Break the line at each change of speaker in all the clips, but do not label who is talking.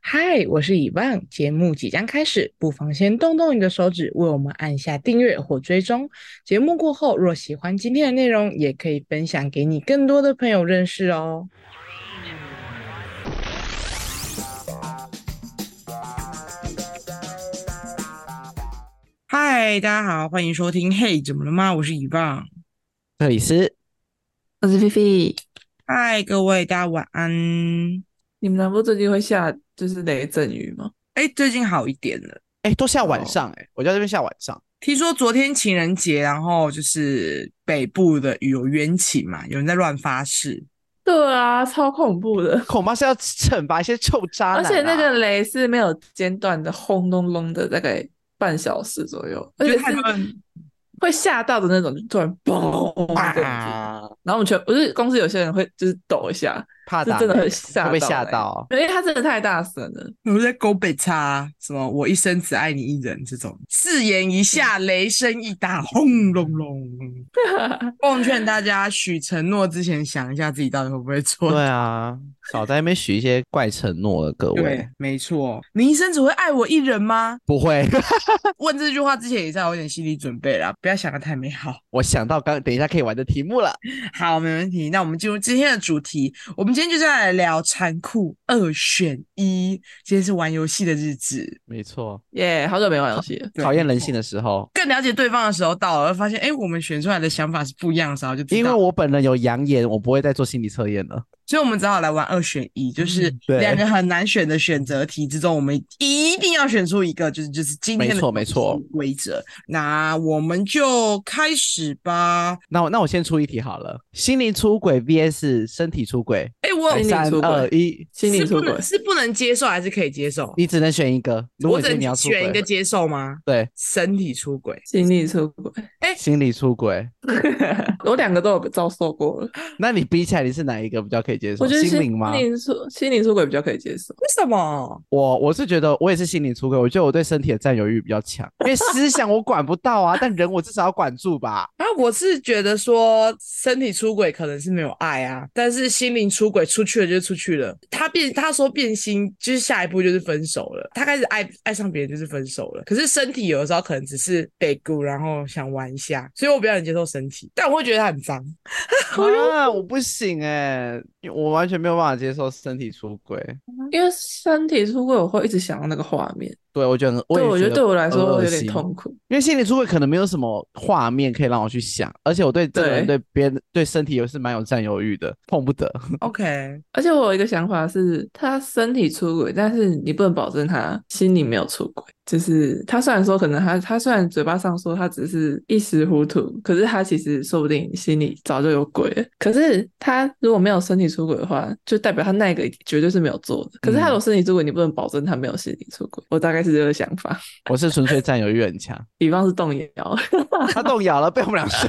嗨，我是以望。节目即将开始，不妨先动动你的手指，为我们按下订阅或追踪。节目过后，若喜欢今天的内容，也可以分享给你更多的朋友认识哦。嗨，大家好，欢迎收听。嘿，怎么了吗？我是以望。
克里斯，
我是菲菲。
嗨，各位，大家晚安。
你们南部最近会下就是雷阵雨吗？
哎，最近好一点了。
哎、都下晚
哦
上哎、我家这边下晚上，
听说昨天情人节，然后就是北部的雨有冤情嘛，有人在乱发誓。
对啊，超恐怖 的，
恐怕是要惩罚一些臭渣男、啊
而且那个，雷是没有间断的，轰隆隆的，大概半小时左右，而
就
且
是他
是
们
会吓到的那种，就突然嘣这样子。
啊，
然后我们全，不是公司有些人会就是抖一下，
怕
是
打
真的
雷
会吓到、欸
会被吓到，
因为它真的太大声了。
有在勾北叉，什么我一生只爱你一人这种，四言一下，雷声一打，轰隆隆。 奉劝大家许承诺之前想一下自己到底会不会做。
对啊，少在那边许一些怪承诺了，各
对
位，
没错。你一生只会爱我一人吗？
不会，
问这句话之前也是要有点心理准备啦，不要想的太美好。
我想到刚等一下可以玩的题目了，
好，没问题。那我们进入今天的主题，我们今天就是要来聊残酷二选一。今天是玩游戏的日子，
没错，
耶、好久没玩游戏了。
对
考验人
没错
性的时候，
更了解对方的时候到了，会发现，哎、我们选出来的想法是不一样的时候，就知
因为
道。
我本人有扬言，我不会再做心理测验了，
所以我们只好来玩二选一，就是
嗯对
两个很难选的选择题之中，我们一定要选出一个，就是就是今天的
没错没错
规则。那我们就开始吧。
那我那我先出一题好了，心灵出轨 vs 身体出轨，
哎、我
哦心理
三
出轨
二一，
心理
是
出
不
轨
能，是不能接受还是可以接受？
你只能选一个，如果
我
你
只
是你要
能
出轨
选一个，接受吗？
对，
身体出轨，
心理出 轨，
心理出轨。
我两个都有遭受过了。
那你比起来，你是哪一个比较可以接受？
我觉得
心灵吗？
灵出心灵出轨比较可以接受。
为什么？
我我是觉得我也是心灵出轨，我觉得我对身体的占有欲比较强，因为思想我管不到啊，但人我至少要管 住吧。
啊，我是觉得说身体出轨可能是没有爱啊，但是心灵出轨出去了就出去了。他变他说变心，就是下一步就是分手了。他开始爱爱上别人就是分手了。可是身体有的时候可能只是被顾，然后想玩一下，所以我比较能接受身体，但我会觉得他很脏。
啊，我不行哎、因为我完全没有办法接受身体出轨。
因为身体出轨，我会一直想到那个画面。
对，我觉得很
对，
我
我
也
觉
觉
得对我来说
很恶
有点
心
痛苦。
因为心理出轨可能没有什么画面可以让我去想，而且我对这个人
对
对别人对身体也是蛮有占有欲的，碰不得。
OK，
而且我有一个想法是，他身体出轨，但是你不能保证他心里没有出轨。就是他虽然说可能他他虽然嘴巴上说他只是一时糊涂，可是他其实说不定心里早就有鬼了。可是他如果没有身体出轨的话，就代表他那个绝对是没有做的。可是他有身体出轨，你不能保证他没有心理出轨。我大概是这个想法，
我是纯粹占有欲 很强，
比方是动摇。
他动摇了，被我们俩说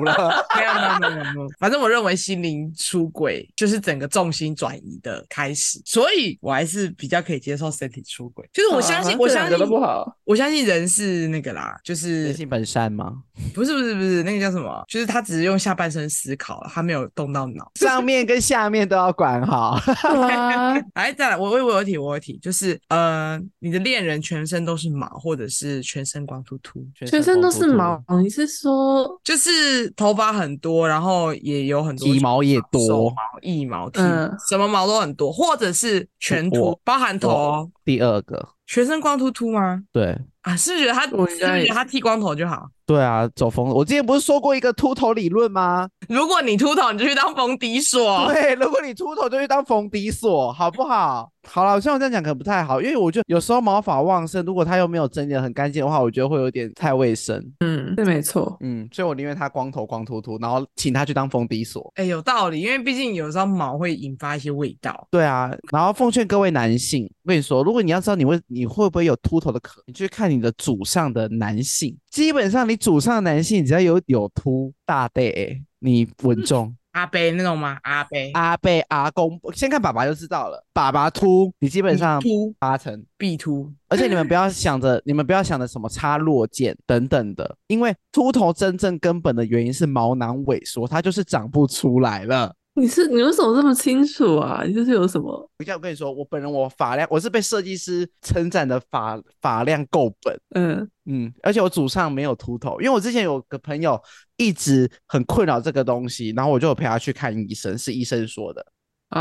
了。
没有没有没有没有， 反正我认为心灵出轨就是整个重心转移的开始，所以我还是比较可以接受身体出轨。就是我相信，
啊
我
这
相
两
信
个都不好。
我相信人是那个啦，就是
人性本善吗？
不是不是不是那个叫什么，就是他只是用下半身思考了，他没有动到脑。
上面跟下面都要管好。
对啊，
哎，再来，我我我有题，我有题，就是呃，你的恋人全身都是毛，或者是全身光秃秃，
全身都是毛，，你是说
就是头发很多，然后也有很多
体毛也
手
多
毛。、腋毛、剃
嗯
什么毛都很多，或者是全秃
我，
包含头哦，
第二个，
全身光秃秃吗？
对
啊，是不是觉得他，是不
我
是
应
觉
该
得他剃光头就好？
对啊，走风。我之前不是说过一个秃头理论 吗？
如果你秃头，你就去当风笛
哦
所。
对，如果你秃头就去当缝底所，好不好？好了，像我这样讲可能不太好，因为我觉得有时候毛发旺盛，如果它又没有整理的很干净的话，我觉得会有点太卫生。
嗯，是没错。
嗯，所以我宁愿他光头光秃秃，然后请他去当缝底所。
哎、有道理，因为毕竟有时候毛会引发一些味道。
对啊，然后奉劝各位男性，我跟你说，如果你要知道你会你会不会有秃头的可能，你去看你的祖上的男性，基本上你祖上的男性只要有有秃大背、欸，你稳重。
阿贝那种吗？阿贝
阿贝阿公，先看爸爸就知道了，爸爸秃，你基本上
秃
八成。
必秃，
而且你们不要想着，你们不要想着什么插落剑等等的，因为秃头真正根本的原因是毛囊萎缩，它就是长不出来了。
你是你为什么这么清楚啊？你就是有什么
我像我跟你说，我本人我发量，我是被设计师称赞的发发量够本，
嗯
嗯，而且我祖上没有秃头，因为我之前有个朋友一直很困扰这个东西，然后我就有陪他去看医生，是医生说的。
啊？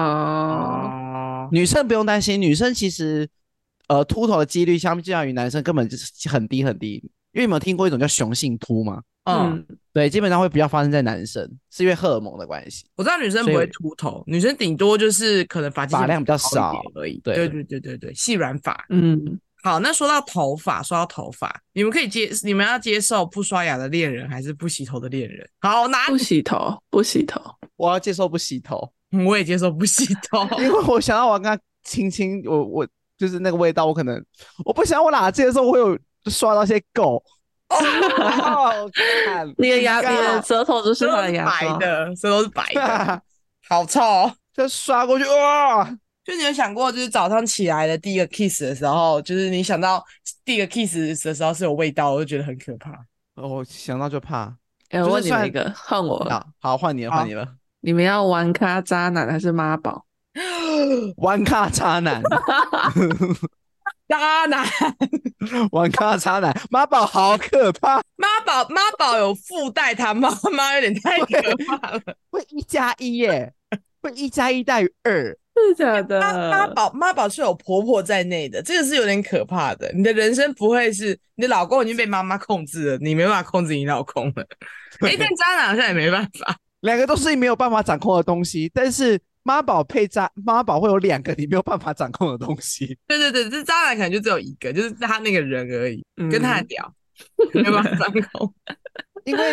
哦，
女生不用担心，女生其实呃秃头的几率相较于男生根本就是很低很低，因为你们有听过一种叫雄性秃吗？
嗯，
嗯
对，基本上会比较发生在男生，是因为荷尔蒙的关系。
我知道女生
所以
不会秃头，女生顶多就是可能发际
发
线
量比较
高一点
少
而已。
对
对对对对对，细软发。
嗯，
好，那说到头发，说到头发，你们可以接，你们要接受不刷牙的恋人，还是不洗头的恋人？好难，
不洗头，不洗头，
我要接受不洗头，
我也接受不洗头。
因为我想要我要跟他亲亲，我我就是那个味道，我可能我不想我哪接的时候我有刷到一些狗。哦，看
你的牙，
干
你的舌头就是
舌
他
头
的
是
牙
白
膏。
的，舌头是白的，好臭、哦。
就刷过去啊哇！
就你有想过，就是早上起来的第一个 kiss 的时候，就是你想到第一个 kiss 的时候是有味道，我就觉得很可怕。
我哦想到就怕。
哎、
就
我
是
问你们
算
一个，换我了，
好，好换你了，
好
换你了。
你们要玩咖渣男还是妈宝？
玩咖渣男，
渣男
玩咖渣男，妈宝好可怕，
妈宝妈宝有附带他妈妈，有点太可怕了。
会一加一耶，会一加一大于二。
真的假的？
妈妈宝妈宝是有婆婆在内的，这个是有点可怕的。你的人生不会是你的老公已经被妈妈控制了，你没办法控制你老公了。哎、但渣男好像也没办法。
两个都是你没有办法掌控的东西，但是妈宝配渣，妈宝会有两个你没有办法掌控的东西。
对对对，这渣男可能就只有一个，就是他那个人而已，
嗯
跟他的屌、 没办法 掌控。
因为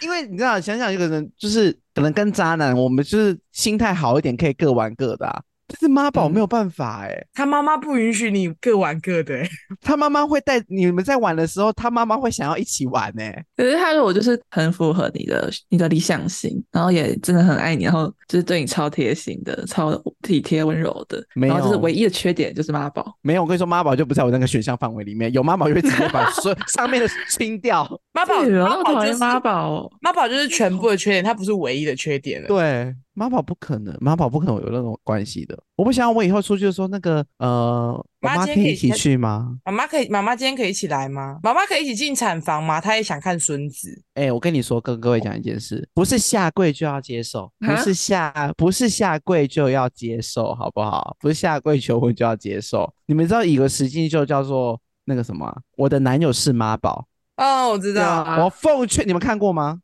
因为你知道，想想一个人就是可能跟渣男，我们就是心态好一点，可以各玩各的、啊。但是妈
嗯
宝没有办法哎、
他妈妈不允许你各玩各的、欸
他妈妈会带你们在玩的时候，他妈妈会想要一起玩哎、
可是他如果就是很符合你的你的理想型，然后也真的很爱你，然后就是对你超贴心的、超体贴温柔的，
没有
然后就是唯一的缺点就是妈宝。
没有，我跟你说，妈宝就不在我那个选项范围里面，有妈宝就会直接把所有 上面的清掉。
妈宝
对然
妈
后
宝
讨
就
厌
是
妈宝哦，
妈宝就是全部的缺点，它不是唯一的缺点了。
对，妈宝不可能，妈宝不可能有那种关系的。我不想要我以后出去的时候，那个呃，我
妈
妈可
今天可
以
以
一起
先
去吗？
妈妈可以，妈妈今天可以一起来吗？妈妈可以一起进产房吗？她也想看孙子。
哎、我跟你说，跟各位讲一件事，不是下跪就要接受，不
啊
是下不是下跪就要接受，好不好？不是下跪求婚就要接受。你们知道有个实境秀叫做那个什么啊，我的男友是妈宝，
哦，我知
对
道，
啊
我奉劝你们看过吗？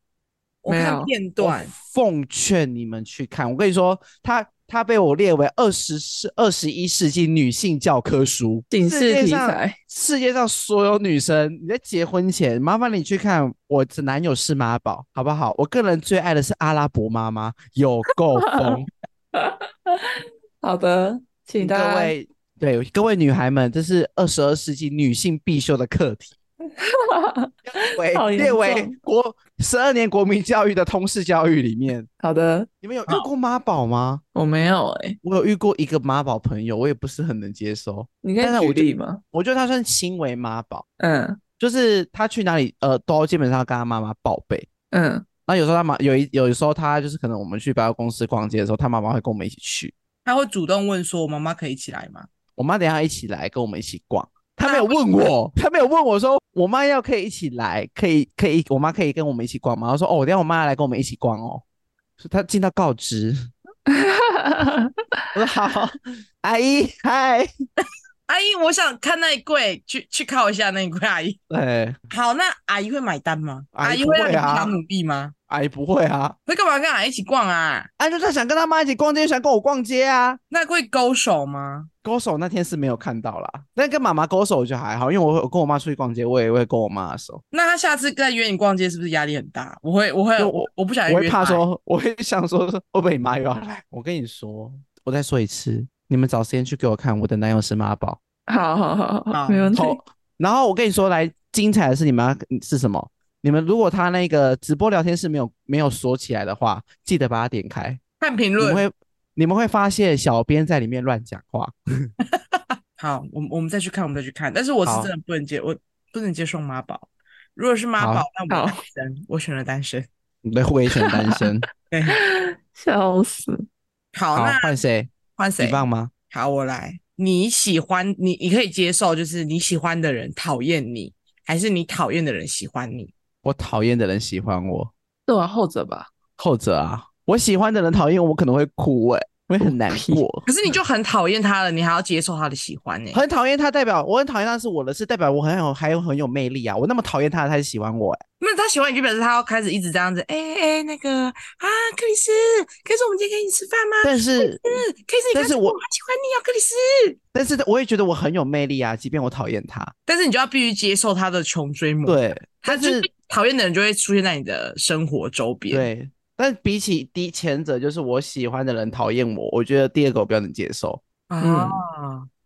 我
没
看
有
片
我
段，
奉劝你们去看。我跟你说，他他被我列为二十世二十一世纪女性教科书，
警
世
示
界
题
上
材。
世界上所有女生，你在结婚前，麻烦你去看我的男友是妈宝，好不好？我个人最爱的是阿拉伯妈妈，有够 疯！
好的，请大
各
家
位，对各位女孩们，这是二十二世纪女性必修的课题，为
好严
列为
重
国十二年国民教育的通识教育里面。
好的，
你们有遇过妈宝吗？
我没有哎、
我有遇过一个妈宝朋友，我也不是很能接受。
你可
但是
以
我
举
就
例吗？
我觉得他算轻微妈宝，
嗯
就是他去哪里呃都基本上跟他妈妈报备。
嗯
那有时候他妈有一有时候他就是可能我们去百货公司逛街的时候，他妈妈会跟我们一起去，
她会主动问说：“妈妈可以一起来吗
我妈等一下一起来跟我们一起逛。 他没有问我，他没有问我说我妈要可以一起来，可以可以，我妈可以跟我们一起逛吗？她说哦，等一下我妈要来跟我们一起逛哦。所以他尽到告知，我说好，阿姨嗨，？”
阿姨，我想看那一柜，去去靠一下那一柜。阿姨，
对，
好，那阿姨会买单吗？
阿
阿
姨
姨
不
会让
会
你
啊
当奴婢吗？
阿姨不会啊，
会干嘛跟阿姨一起逛啊？
阿姨就在想跟他妈一起逛街，想跟我逛街啊。
那会勾手吗？
勾手那天是没有看到啦，但跟妈妈勾手我就还好，因为我会我跟我妈出去逛街，我也会跟我妈手，
那他下次再约你逛街，是不是压力很大？我会，我会，
就
我我不想
我
约
会怕
他欸，
说，我会想说会不会你妈又要来？我跟你说，我再说一次，你们找时间去给我看我的男友是妈宝。
好好好好，
好
没问题。
好，然啊后我跟你说，来精彩的是你们要是什么？你们如果他那个直播聊天室没有没有锁起来的话，记得把它点开，
看评
你们
论。
会你们会发现小编在里面乱讲话。
好，我们我们再去看，我们再去看。但是我是
好
真的不能接，我不能接受妈宝。如果是妈
好
宝，那我
好
单身，我选了单身。
对，我也选单身。
对，
笑死！
好，
好
那，
换谁？
换
你
谁？
棒吗？
好，我来。你喜欢你，你可以接受，就是你喜欢的人讨厌你，还是你讨厌的人喜欢你？
我讨厌的人喜欢我，
对啊，后者吧，
后者啊，我喜欢的人讨厌我，我可能会哭哎、我会很难
屁
过。
可是你就很讨厌他了，你还要接受他的喜欢呢、
很讨厌他，代表我很讨厌他是我的事，代表我很有还有很有魅力啊！我那么讨厌他，他还喜欢我、欸，
那他喜欢你就表示他要开始一直这样子，哎、哎、那个啊，克里斯，克里斯，我们今天可以一起吃饭吗？
但是
嗯，克里斯，你
但
看
是
这个
我
很喜欢你哦，克里斯。
但是我也觉得我很有魅力啊，即便我讨厌他，
但是你就要必须接受他的穷追猛，，
对
他
但
就是是讨厌的人就会出现在你的生活周边。，
对。但比起第前者，就是我喜欢的人讨厌我，我觉得第二个我比较能接受，
啊，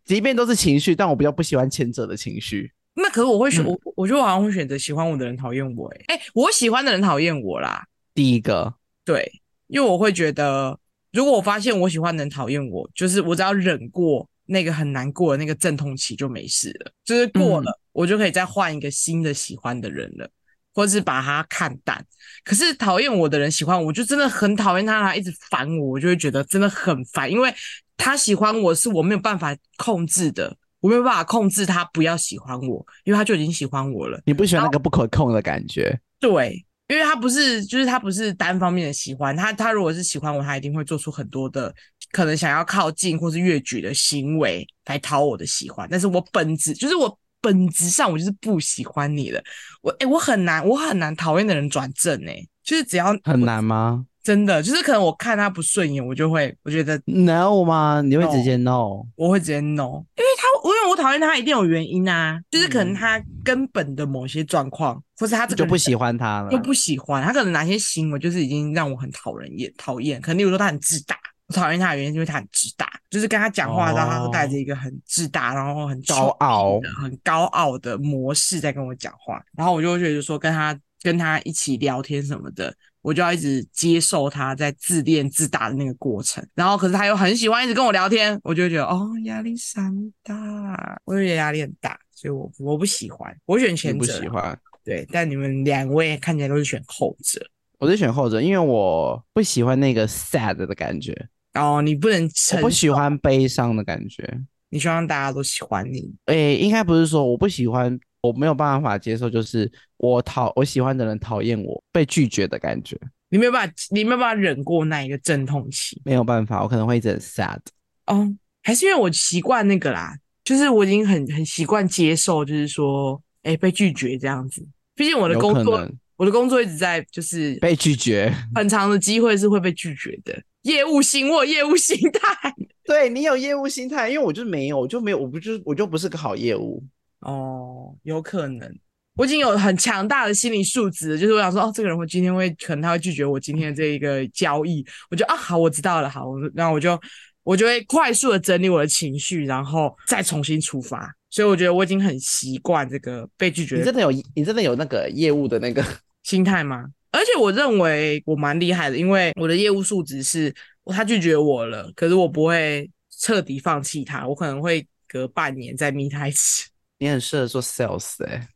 即便都是情绪，但我比较不喜欢前者的情绪。
那可是我会选、
嗯
我，我觉得我好像会选择喜欢我的人讨厌我、欸，哎、我喜欢的人讨厌我啦，
第一个，
对，因为我会觉得，如果我发现我喜欢的人讨厌我，就是我只要忍过那个很难过的那个阵痛期就没事了，就是过了，我就可以再换一个新的喜欢的人了，或是把他看淡。可是讨厌我的人喜欢我，就真的很讨厌他，他一直烦我，我就会觉得真的很烦，因为他喜欢我是我没有办法控制的。我没有办法控制他不要喜欢我，因为他就已经喜欢我了。
你不喜欢那个不可控的感觉，
对，因为他不是，就是他不是单方面的喜欢他，他如果是喜欢我，他一定会做出很多的可能想要靠近或是越矩的行为来讨我的喜欢。但是我本质就是我本质上我就是不喜欢你的，我哎、我很难，我很难讨厌的人转正哎、就是只要
很
我
难，吗
真的就是可能我看他不顺眼，我就会我觉得
？No 吗？你会直接 No？
我会直接 no，因为他因为我讨厌他一定有原因啊，就是可能
嗯
他根本的某些状况，或是他这个
你就不
人
喜欢他了，
就不喜欢他，可能哪些行为就是已经让我很讨人厌，讨厌。可能例如说他很自大，我讨厌他的原因是因为他很自大，就是跟他讲话的时候，他
哦
都带着一个很自大，然后很
高傲
臭屁的、很高傲的模式在跟我讲话，然后我就会觉得说跟他跟他一起聊天什么的。我就要一直接受他在自恋自大的那个过程，然后可是他又很喜欢一直跟我聊天，我就会觉得哦压力山大，我就觉得压力很大，所以我不我不喜欢，我选
你
前
不
者
喜
啦。
欢。
对，但你们两位看起来都是选后者
我是选后者，因为我不喜欢那个 sad 的感觉，
哦，你不能
我
承，
不喜欢悲伤的感觉。
你希望大家都喜欢你，
诶、应该不是说我不喜欢，我没有办法接受，就是我讨我喜欢的人讨厌我被拒绝的感觉，
你没有办法，你没有办法忍过那一个阵痛期
没有办法，我可能会一直很 sad。
哦，还是因为我习惯那个啦，就是我已经很很习惯接受，就是说，哎，被拒绝这样子。毕竟我的
有
工
可
作，
能
我的工作一直在，就是
被拒绝，
很长的机会是会被拒绝的。业务型，我有业务心态
对你有业务心态，因为我就是没有，我就没有，我不就我就不是个好业务。
哦，有可能。我已经有很强大的心理素质了，就是我想说，哦，这个人会今天会可能他会拒绝我今天的这一个交易，我就啊好，我知道了，好，我然后我就我就会快速的整理我的情绪，然后再重新出发。所以我觉得我已经很习惯这个被拒
你
绝
真
的
的有，你真的有那个业务的那个
心态吗？而且我认为我蛮厉害的，因为我的业务素质是，他拒绝我了，可是我不会彻底放弃他，我可能会隔半年再密他一次。
你很适合做 sales 哎、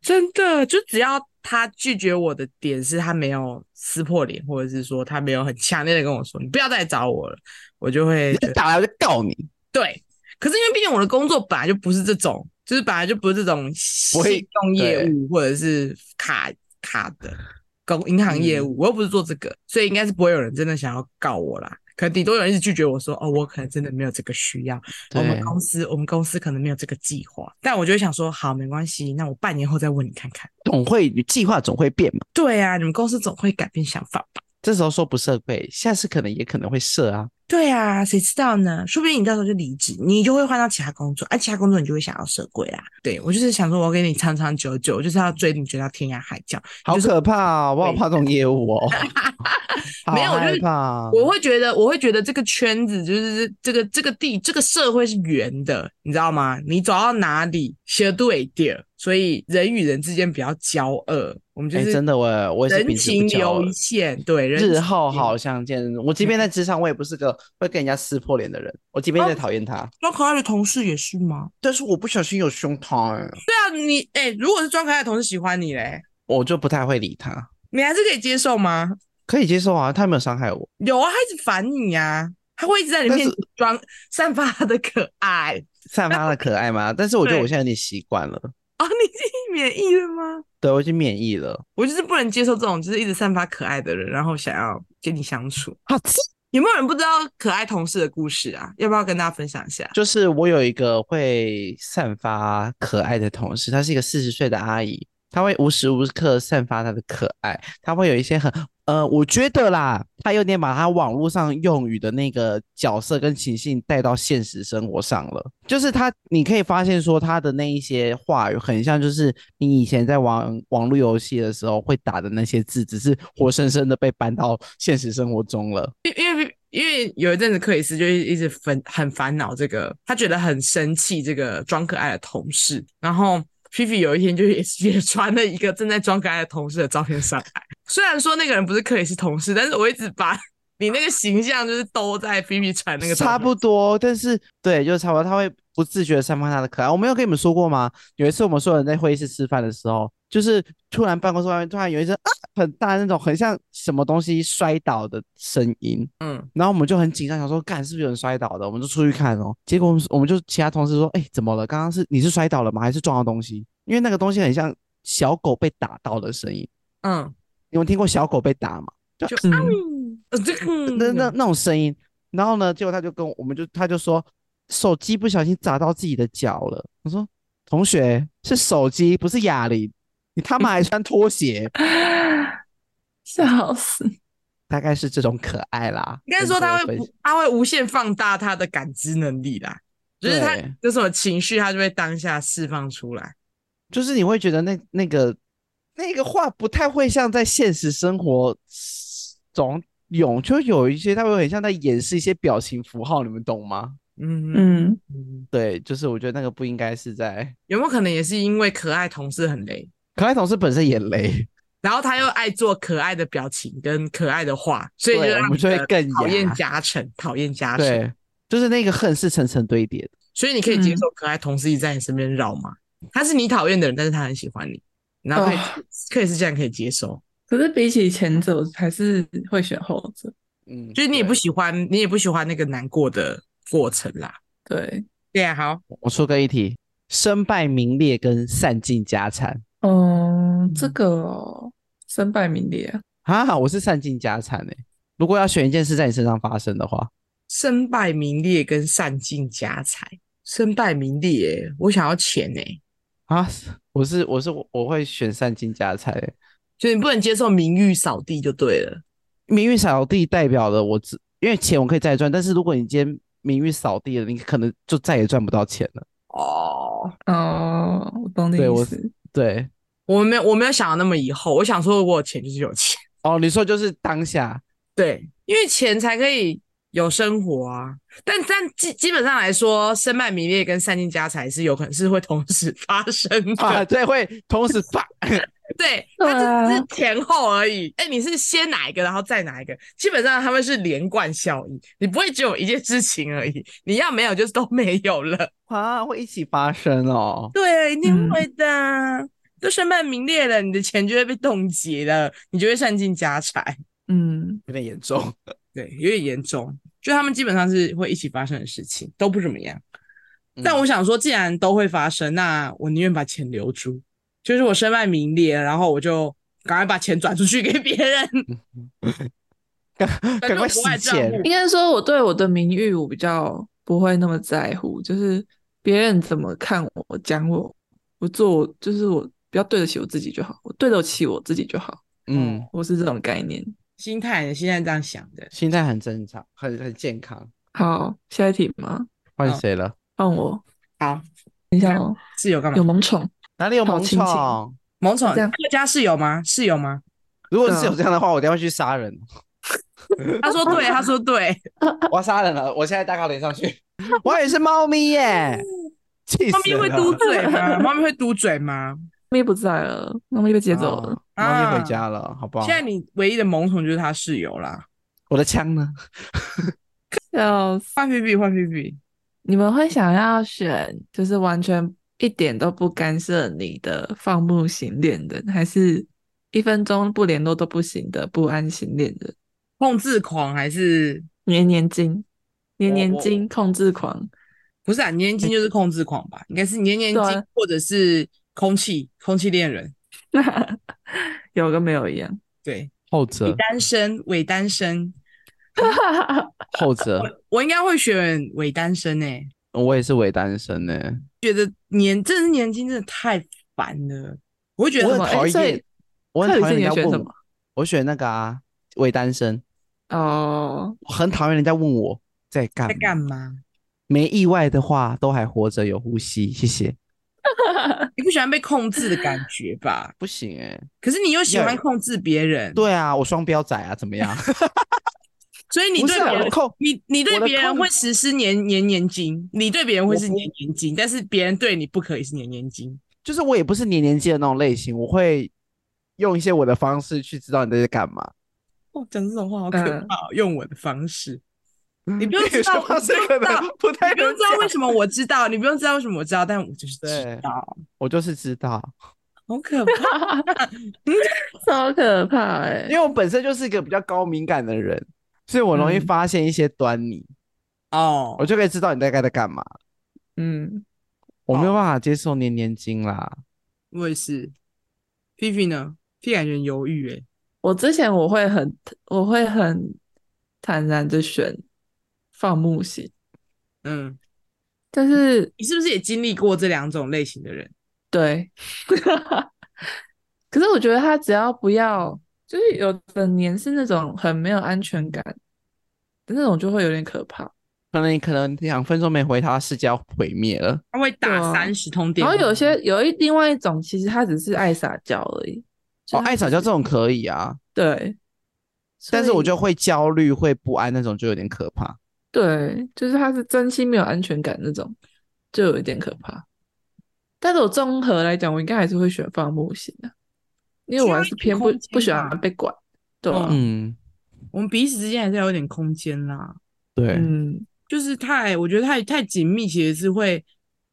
真的，就只要他拒绝我的点是他没有撕破脸，或者是说他没有很强烈的跟我说你不要再找我了，我就会觉
你
得
打来我就告你，
对。可是因为毕竟我的工作本来就不是这种，就是本来就不是这种
不会
信用业务或者是卡卡的工银行
嗯
业务，我又不是做这个，所以应该是不会有人真的想要告我啦。可能顶多有人一直拒绝我说，哦，我可能真的没有这个需要，我们
对
公司我们公司可能没有这个计划。但我就会想说，好，没关系，那我半年后再问你看看。
总会计划总会变嘛。
对啊，你们公司总会改变想法吧？
这时候说不设备，下次可能也可能会设啊。
对啊，谁知道呢？说不定你到时候就离职，你就会换到其他工作，啊，其他工作你就会想要社会啦。对我就是想说，我要跟你长长久久，我就是要追你追到天涯海角。
好可怕哦！我好
对
怕这种业务 哦，好
没有我就
害
是
怕。啊
我会觉得，我会觉得这个圈子就是这个这个地这个社会是圆的，你知道吗？你走到哪里，斜对点，所以人与人之间比较交恶。我们就
哎
是
真的我我也是
人
秉持不
情
交
留
恶
一线，对，人
日
情
后
留
好相见。我即便在职场，我也不是个会跟人家撕破脸的人。我即便在讨厌他，
装可爱的同事也哦是吗？
但是我不小心有凶他， 哎
对啊，你哎、如果是装可爱的同事喜欢你嘞，
我就不太会理他。
你还是可以接受吗？
可以接受啊，他没有伤害我。
有啊，他一直烦你呀、他会一直在你
但
面
是
前装散发他的可爱
散发了可爱吗？但是我觉得
对
我现在有点习惯了，
啊、你已经免疫了吗？
对我已经免疫了。
我就是不能接受这种就是一直散发可爱的人，然后想要跟你相处。
好，
有没有人不知道可爱同事的故事啊？要不要跟大家分享一下？
就是我有一个会散发可爱的同事，她是一个四十岁的阿姨，她会无时无刻散发她的可爱，她会有一些很呃，我觉得啦，她有点把她网络上用语的那个角色跟情境带到现实生活上了。就是她，你可以发现说她的那一些话语很像，就是你以前在玩网络游戏的时候会打的那些字，只是活生生的被搬到现实生活中了。
因因为因为有一阵子克里斯就一直烦很烦恼这个，他觉得很生气这个装可爱的同事，然后。菲菲有一天就也也传了一个正在装可爱的同事的照片上来，虽然说那个人不是克里斯同事，但是我一直把你那个形象就是都在菲菲传那个照片
差不多，但是对，就是差不多，他会不自觉的散发他的可爱。我没有跟你们说过吗？有一次我们所有人在会议室吃饭的时候，就是突然办公室外面突然有一声啊很大那种很像什么东西摔倒的声音，
嗯，
然后我们就很紧张，想说干是不是有人摔倒的，我们就出去看哦。结果我们我们就其他同事说，哎、怎么了？刚刚是你是摔倒了吗？还是撞到东西？因为那个东西很像小狗被打到的声音。
嗯，
你们听过小狗被打吗？
就
嗯
啊嗯，呃这个
那那那种声音，然后呢，结果他就跟我我们就他就说手机不小心砸到自己的脚了。我说同学是手机不是哑铃，你他妈还穿拖鞋，
笑死！
大概是这种可爱啦。
应该
跟
说
各
他
位
会
分
不
享
他会无限放大他的感知能力啦，就是他
对
有什么情绪，他就会当下释放出来。
就是你会觉得那那个那个话不太会像在现实生活中有，就有一些他会很像在演示一些表情符号，你们懂吗？
嗯
嗯，
嗯，
对，就是我觉得那个不应该是在
有没有可能也是因为可爱同事很累，
可爱同事本身也雷，
然后他又爱做可爱的表情跟可爱的话，所以就
对，我
让
们就会
你的
更
讨厌
哑
加成，讨厌加成。
对，啊就是那个恨是层层堆叠的。
所以你可以接
嗯
受可爱同事一直在你身边绕吗？他是你讨厌的人，但是他很喜欢你，然后可以、
哦
可以是这样可以接受，
可是比起前者，我还是会选后者。
嗯，
就是你也不
对
喜欢，你也不喜欢那个难过的过程啦。
对，
对啊，好，
我出个一题：身败名裂跟散尽家产
嗯，这个哦，身败名裂啊，
啊，我是散尽家产哎、如果要选一件事在你身上发生的话，
身败名裂跟散尽家财，身败名裂、欸，我想要钱哎、
啊，我是我是我会选散尽家产、欸。
所以你不能接受名誉扫地就对了。
名誉扫地代表了我只因为钱我可以再赚，但是如果你今天名誉扫地了，你可能就再也赚不到钱了。
哦，
哦，我懂你
对
意
我
思。
对，
我没有，我没有想到那么以后，我想说我有钱就是有钱，
哦，你说就是当下，
对，因为钱才可以有生活啊。但但基基本上来说，身败名裂跟散尽家财是有可能是会同时发生的，
啊， 对，会同时啪，
对，
对
它只
啊
是前后而已。哎、你是先哪一个，然后再哪一个，基本上他们是连贯效应，你不会只有一件事情而已，你要没有就是都没有了。
啊，会一起发生哦。
对，一定
嗯
会的。啊都身败名裂了，你的钱就会被冻结了，你就会散尽家财。
嗯，
有点严重。
对，有点严重。就他们基本上是会一起发生的事情，都不怎么样。
嗯
但我想说，既然都会发生，那我宁愿把钱留住，就是我身败名裂，然后我就赶快把钱转出去给别人，
赶
转
赶
入
快洗
国外账
钱
户
应该说我对我的名誉我比较不会那么在乎，就是别人怎么看我、我讲我，我做我就是我不要对得起我自己就好，我对得起我自己就好，
嗯，
我是这种概念。
心态，你现在这样想的，
心态很正常，很很健康。
好，下一题吗？
换
嗯
谁了？
换我，
好，
等一下哦，
室友干嘛
有？萌宠，
哪里有
好
萌
亲情
宠？
萌宠
这样
客家室友吗？室友吗？
如果
对啊
是有这样的话，我等一下会去杀人，
他说对，他说对，
我要杀人了，我现在大靠脸上去。 我也是猫咪耶， 气死
猫咪会
人
嘟
了
嘴吗？猫咪会嘟嘴吗？
咪不在了，猫咪被接走了。
啊猫咪
啊
回家了，好不好
现？在你唯一的萌宠就是他室友啦。
我的枪呢？
要死
换 P P，换 P P，
你们会想要选就是完全一点都不干涉你的放牧型恋人，还是一分钟不联络都不行的不安型恋人，
控制狂还是
年年经，年
我
年
我
经控制狂，
不是啊？年金就是控制狂吧？应该是年年
对啊
金或者是空气空气恋人。
那有跟没有 一样。
对，
后
伪
者，
单身，伪单身，
后者，
我应该会选伪单身诶、
我也是伪单身呢、
觉得年真的是年金真的太烦了，我会觉得
我
很
很
么哎
讨
所以
厌，我很
克里
讨
斯
厌
你
人家
选什
问
么
我，我选那个啊，伪单身，
哦，
我很讨厌人家问我在干
在干嘛？
没意外的话，都还活着，有呼吸，谢谢。
你不喜欢被控制的感觉吧？
不行哎、
可是你又喜
要
欢
有
控制别人，，
对啊，我双标仔啊，怎么样？
所以你
不
对
是啊
别
我
人
的控
你你对
我的
别人
控
会实施年年年金，你对别人会
我
是
不
年年金，但是别人对你不可以是年年金。
就是我也不是黏黏剂的那种类型，我会用一些我的方式去知道你在干嘛。
哦，讲这种话好可
嗯
怕、哦用我的方式，你不用知
有
道
些方式可能不太
你不用
能
知道
讲
为什么我知道，你不用知道为什么我知道，但我就是知
对
道，
我就是知道，
好可 怕。
超可怕哎、
因为我本身就是一个比较高敏感的人，所以我容易
嗯
发现一些端倪，
哦
我，就可以知道你大概在干嘛。
嗯，
我没有
哦
办法接受黏黏精啦，
我也是。P P 呢？P 感觉很犹豫诶、欸
我之前我会很我会很坦然的选放牧型，
嗯，
但是
你是不是也经历过这两种类型的人？
对， 可是我觉得他只要不要，就是有的年是那种很没有安全感的那种，就会有点可怕。
可能你可能两分钟没回他，世界要毁灭了。
他会
对
打
啊
三十通电
然
话。
后有些有一另外一种，其实他只是爱撒娇而已。就
哦，
他
爱撒
只
娇
是
这种可以啊，
对，
但是
所
我
以
就会焦虑、会不安那种，就有点可怕。
对，就是他是真心没有安全感那种，就有一点可怕。但是我综合来讲，我应该还是会选放牧型的，因为
需
我
要
还
一
是
点
偏不
空
不
间
喜
吧
欢被管，对啊，
嗯，
我们彼此之间还是要有点空间啦，
对，
嗯，
就是太我觉得太太紧密，其实是会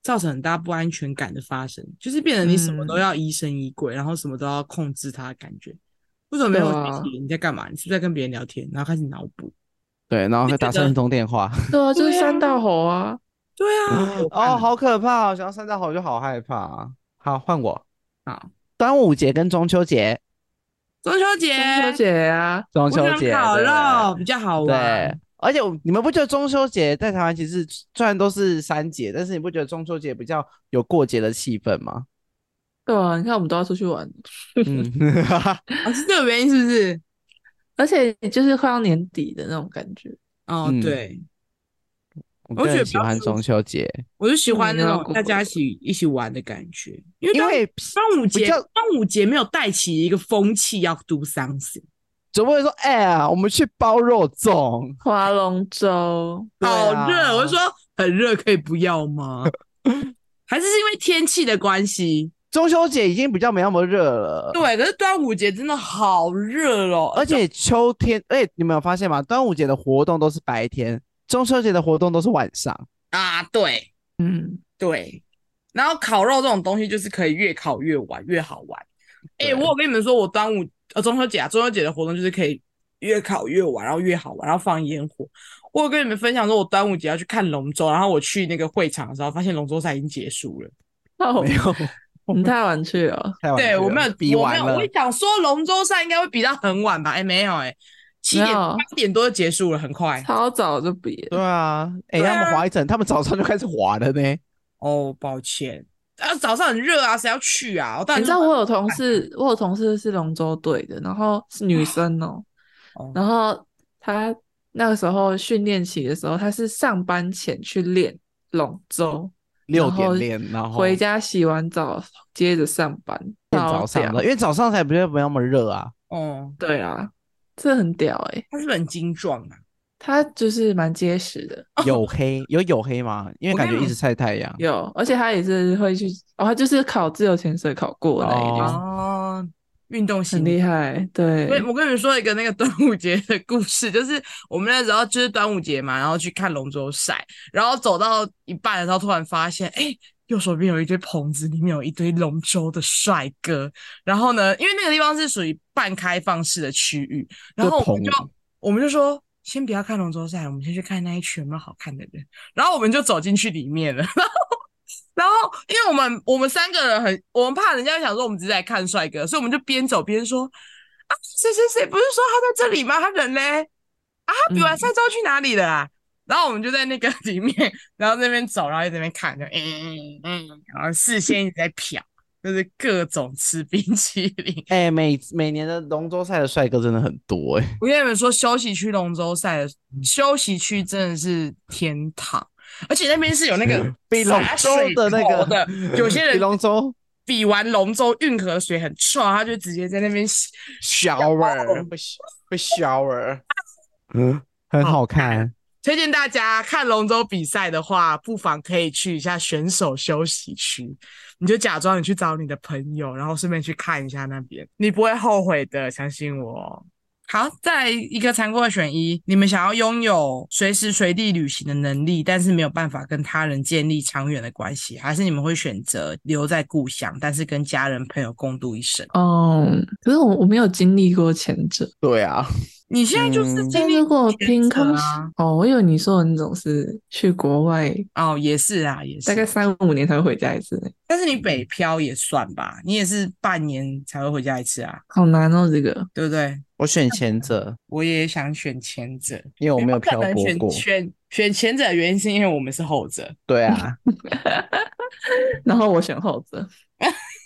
造成很大不安全感的发生，就是变成你什么都
嗯
要疑神疑鬼，然后什么都要控制他的感觉。为什么没有
对啊
讯息？你在干嘛？你是不是在跟别人聊天？然后开始脑补。
对，然后
就觉
会打
得
三十通电话。
对啊，就是
对
三
啊
道猴啊。
对啊，
哦，好可怕哦！想到三大好就好害怕、啊。好，换我。
好，
端午节跟中秋节，
中秋节，
中秋节啊，
中
我
秋
想
节
烤
对
肉比较好玩。
对，而且我你们不觉得中秋节在台湾其实虽然都是三节，但是你不觉得中秋节比较有过节的气氛吗？
对啊，你看我们都要出去玩，
嗯，
哦，是这个原因是不是？
而且就是快要年底的那种感觉。
哦
嗯，
对，我
我个
觉得
人
比
喜
较
欢
舒
中秋节，
我就喜
嗯
欢那
然后
种
过
大家
过
一起一起玩的感觉，因为
因
端
为
端午节
较
端午节没有带起一个风气要 do something，
总不会说哎呀，我们去包肉粽。
划龙舟，
对
好
啊
热，我就说很热，可以不要 吗？还是是因为天气的关系？
中秋节已经比较没那么热了，，
对，可是端午节真的好热哦，
而且秋天，哎，你们有发现吗？端午节的活动都是白天，中秋节的活动都是晚上。
啊，对
嗯，
对，然后烤肉这种东西就是可以越烤越晚，越好玩。哎、
对
我有跟你们说，我端午呃中秋节啊，中秋节的活动就是可以越烤越晚，然后越好玩，然后放烟火。我有跟你们分享说，我端午节要去看龙舟，然后我去那个会场的时候，发现龙舟赛已经结束了。
哦
没，有，
你太晚去了，
太晚
对
了
我没有，
比
我没
完
有，
了
我。想说龙舟赛应该会比到很晚吧？哎、没有、哎，七点
没有
八点多就结束了，很快。
超早就毕业
对啊，哎、
对
他们
啊
滑一整，他们早上就开始滑了呢。
哦，抱歉，啊，早上很热啊，谁要去啊？我当然
你知道
就
我有同
啊
事，我有同事是龙舟队的，然后是女生哦、
哦
然后她那个时候训练期的时候，她是上班前去练龙舟，
六
然后
点练，然后
回家洗完澡接着上班，
练
超
早上
屌
的，因为早上才不会没那么热 啊。
哦，
对啊，这很屌哎、
他是不是很精壮啊？
他就是蛮结实的，
黝黑有黝黑吗？因为
我
感
跟
觉
你
一直晒太阳。
有，而且他也是会去，哦，他就是考自由潜水考过的那一种，
哦
哦，运动型
很厉害。对，
对，我跟你们说一个那个端午节的故事，就是我们那时候就是端午节嘛，然后去看龙舟赛，然后走到一半的时候，突然发现，哎、右手边有一堆棚子，里面有一堆龙舟的帅哥。然后呢，因为那个地方是属于半开放式的区域，然后我们就
棚
我们就说。先不要看龙舟赛，我们先去看那一群有没有好看的人。然后我们就走进去里面了。然后，然后因为我们我们三个人很，我们怕人家想说我们只是来看帅哥，所以我们就边走边说：“啊，谁谁谁不是说他在这里吗？他人嘞？啊，他比完赛之后去哪里了啊？”然后我们就在那个里面，然后那边走，然后在那边看，就嗯嗯嗯，然后视线一直在瞟，就是各种吃冰淇淋。
哎、每每年的龙舟赛的帅哥真的很多哎、
我跟你们说，休息区龙舟赛的休息区真的是天堂，而且那边是有那个
比龙
洒
舟
水
的那
头
个
的，有些
比
人
龙舟
比完龙舟运河水很臭，他就直接在那边洗
shower 会 sh- 会 shower，嗯，很好看。
推荐大家看龙舟比赛的话，不妨可以去一下选手休息区，你就假装你去找你的朋友，然后顺便去看一下那边，你不会后悔的，相信我。好，再来一个残酷二选一，你们想要拥有随时随地旅行的能力，但是没有办法跟他人建立长远的关系，还是你们会选择留在故乡，但是跟家人朋友共度一生？
哦、可是我我没有经历过前者。
对啊，
你现在就是
嗯
经
但
历
如果
选
凭
择
空
啊，
哦，我以为你说的那种是去国外，
哦，也是啊，也是，
大概三五年才会回家一次呢，
但是你
嗯
北漂也算吧，你也是半年才会回家一次啊，
好难哦，这个。
对不对？
我选前者，
我也想选前者，
因为我没有
哦不可
漂
能
泊
选
过。
选选前者的原因是因为我们是后者，
对啊，
然后我选后者，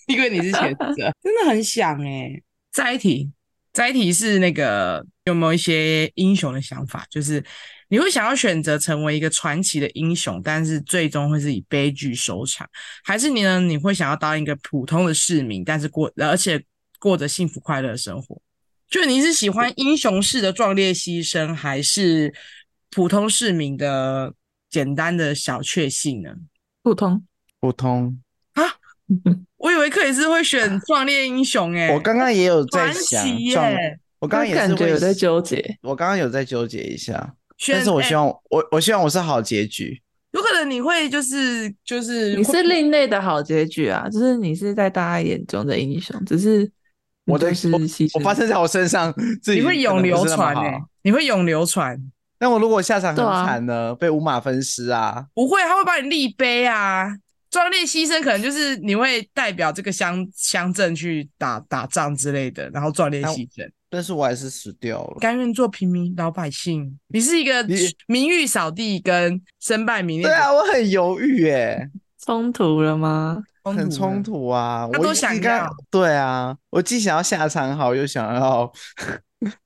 因为你是前者， 真的很想哎、再一题，再一题是那个有没有一些英雄的想法？就是你会想要选择成为一个传奇的英雄，但是最终会是以悲剧收场，还是你呢？你会想要当一个普通的市民，但是过而且过着幸福快乐的生活？就你是喜欢英雄式的壮烈牺牲，还是普通市民的简单的小确幸呢？
普通。
普通。
我以为克里斯会选壮烈英雄、欸，
我刚刚也有在
传
想
奇，耶、
撞我刚刚也
他
是
感觉
会
有在纠结，
我刚刚有在纠结一下，
选
但是我
哎
希望我我希望我是好结局。
有可能你会就是就是
你
会
是另类的好结局啊，就是你是在大家眼中的英雄，只是
我的
就是牺
我
牲
发生在我身上，自己
你会
可
永
能
流
不是那么
传哎、
好
你会永流传，
那我如果下场很
对啊
惨呢，被五马分尸啊，
不会，他会帮你立碑啊。壮烈牺牲可能就是你会代表这个乡乡镇去打打仗之类的，然后壮烈
那我
牺牲，
但是我还是死掉了。
甘愿做平民老百姓。你是一个
你
名誉扫地跟身败名裂
对啊，
的
我很犹豫耶，
冲突了吗？
冲突
很冲
人
突啊。
他
我
都
既
想
刚
要
对啊，我既想要下场好， 又想要，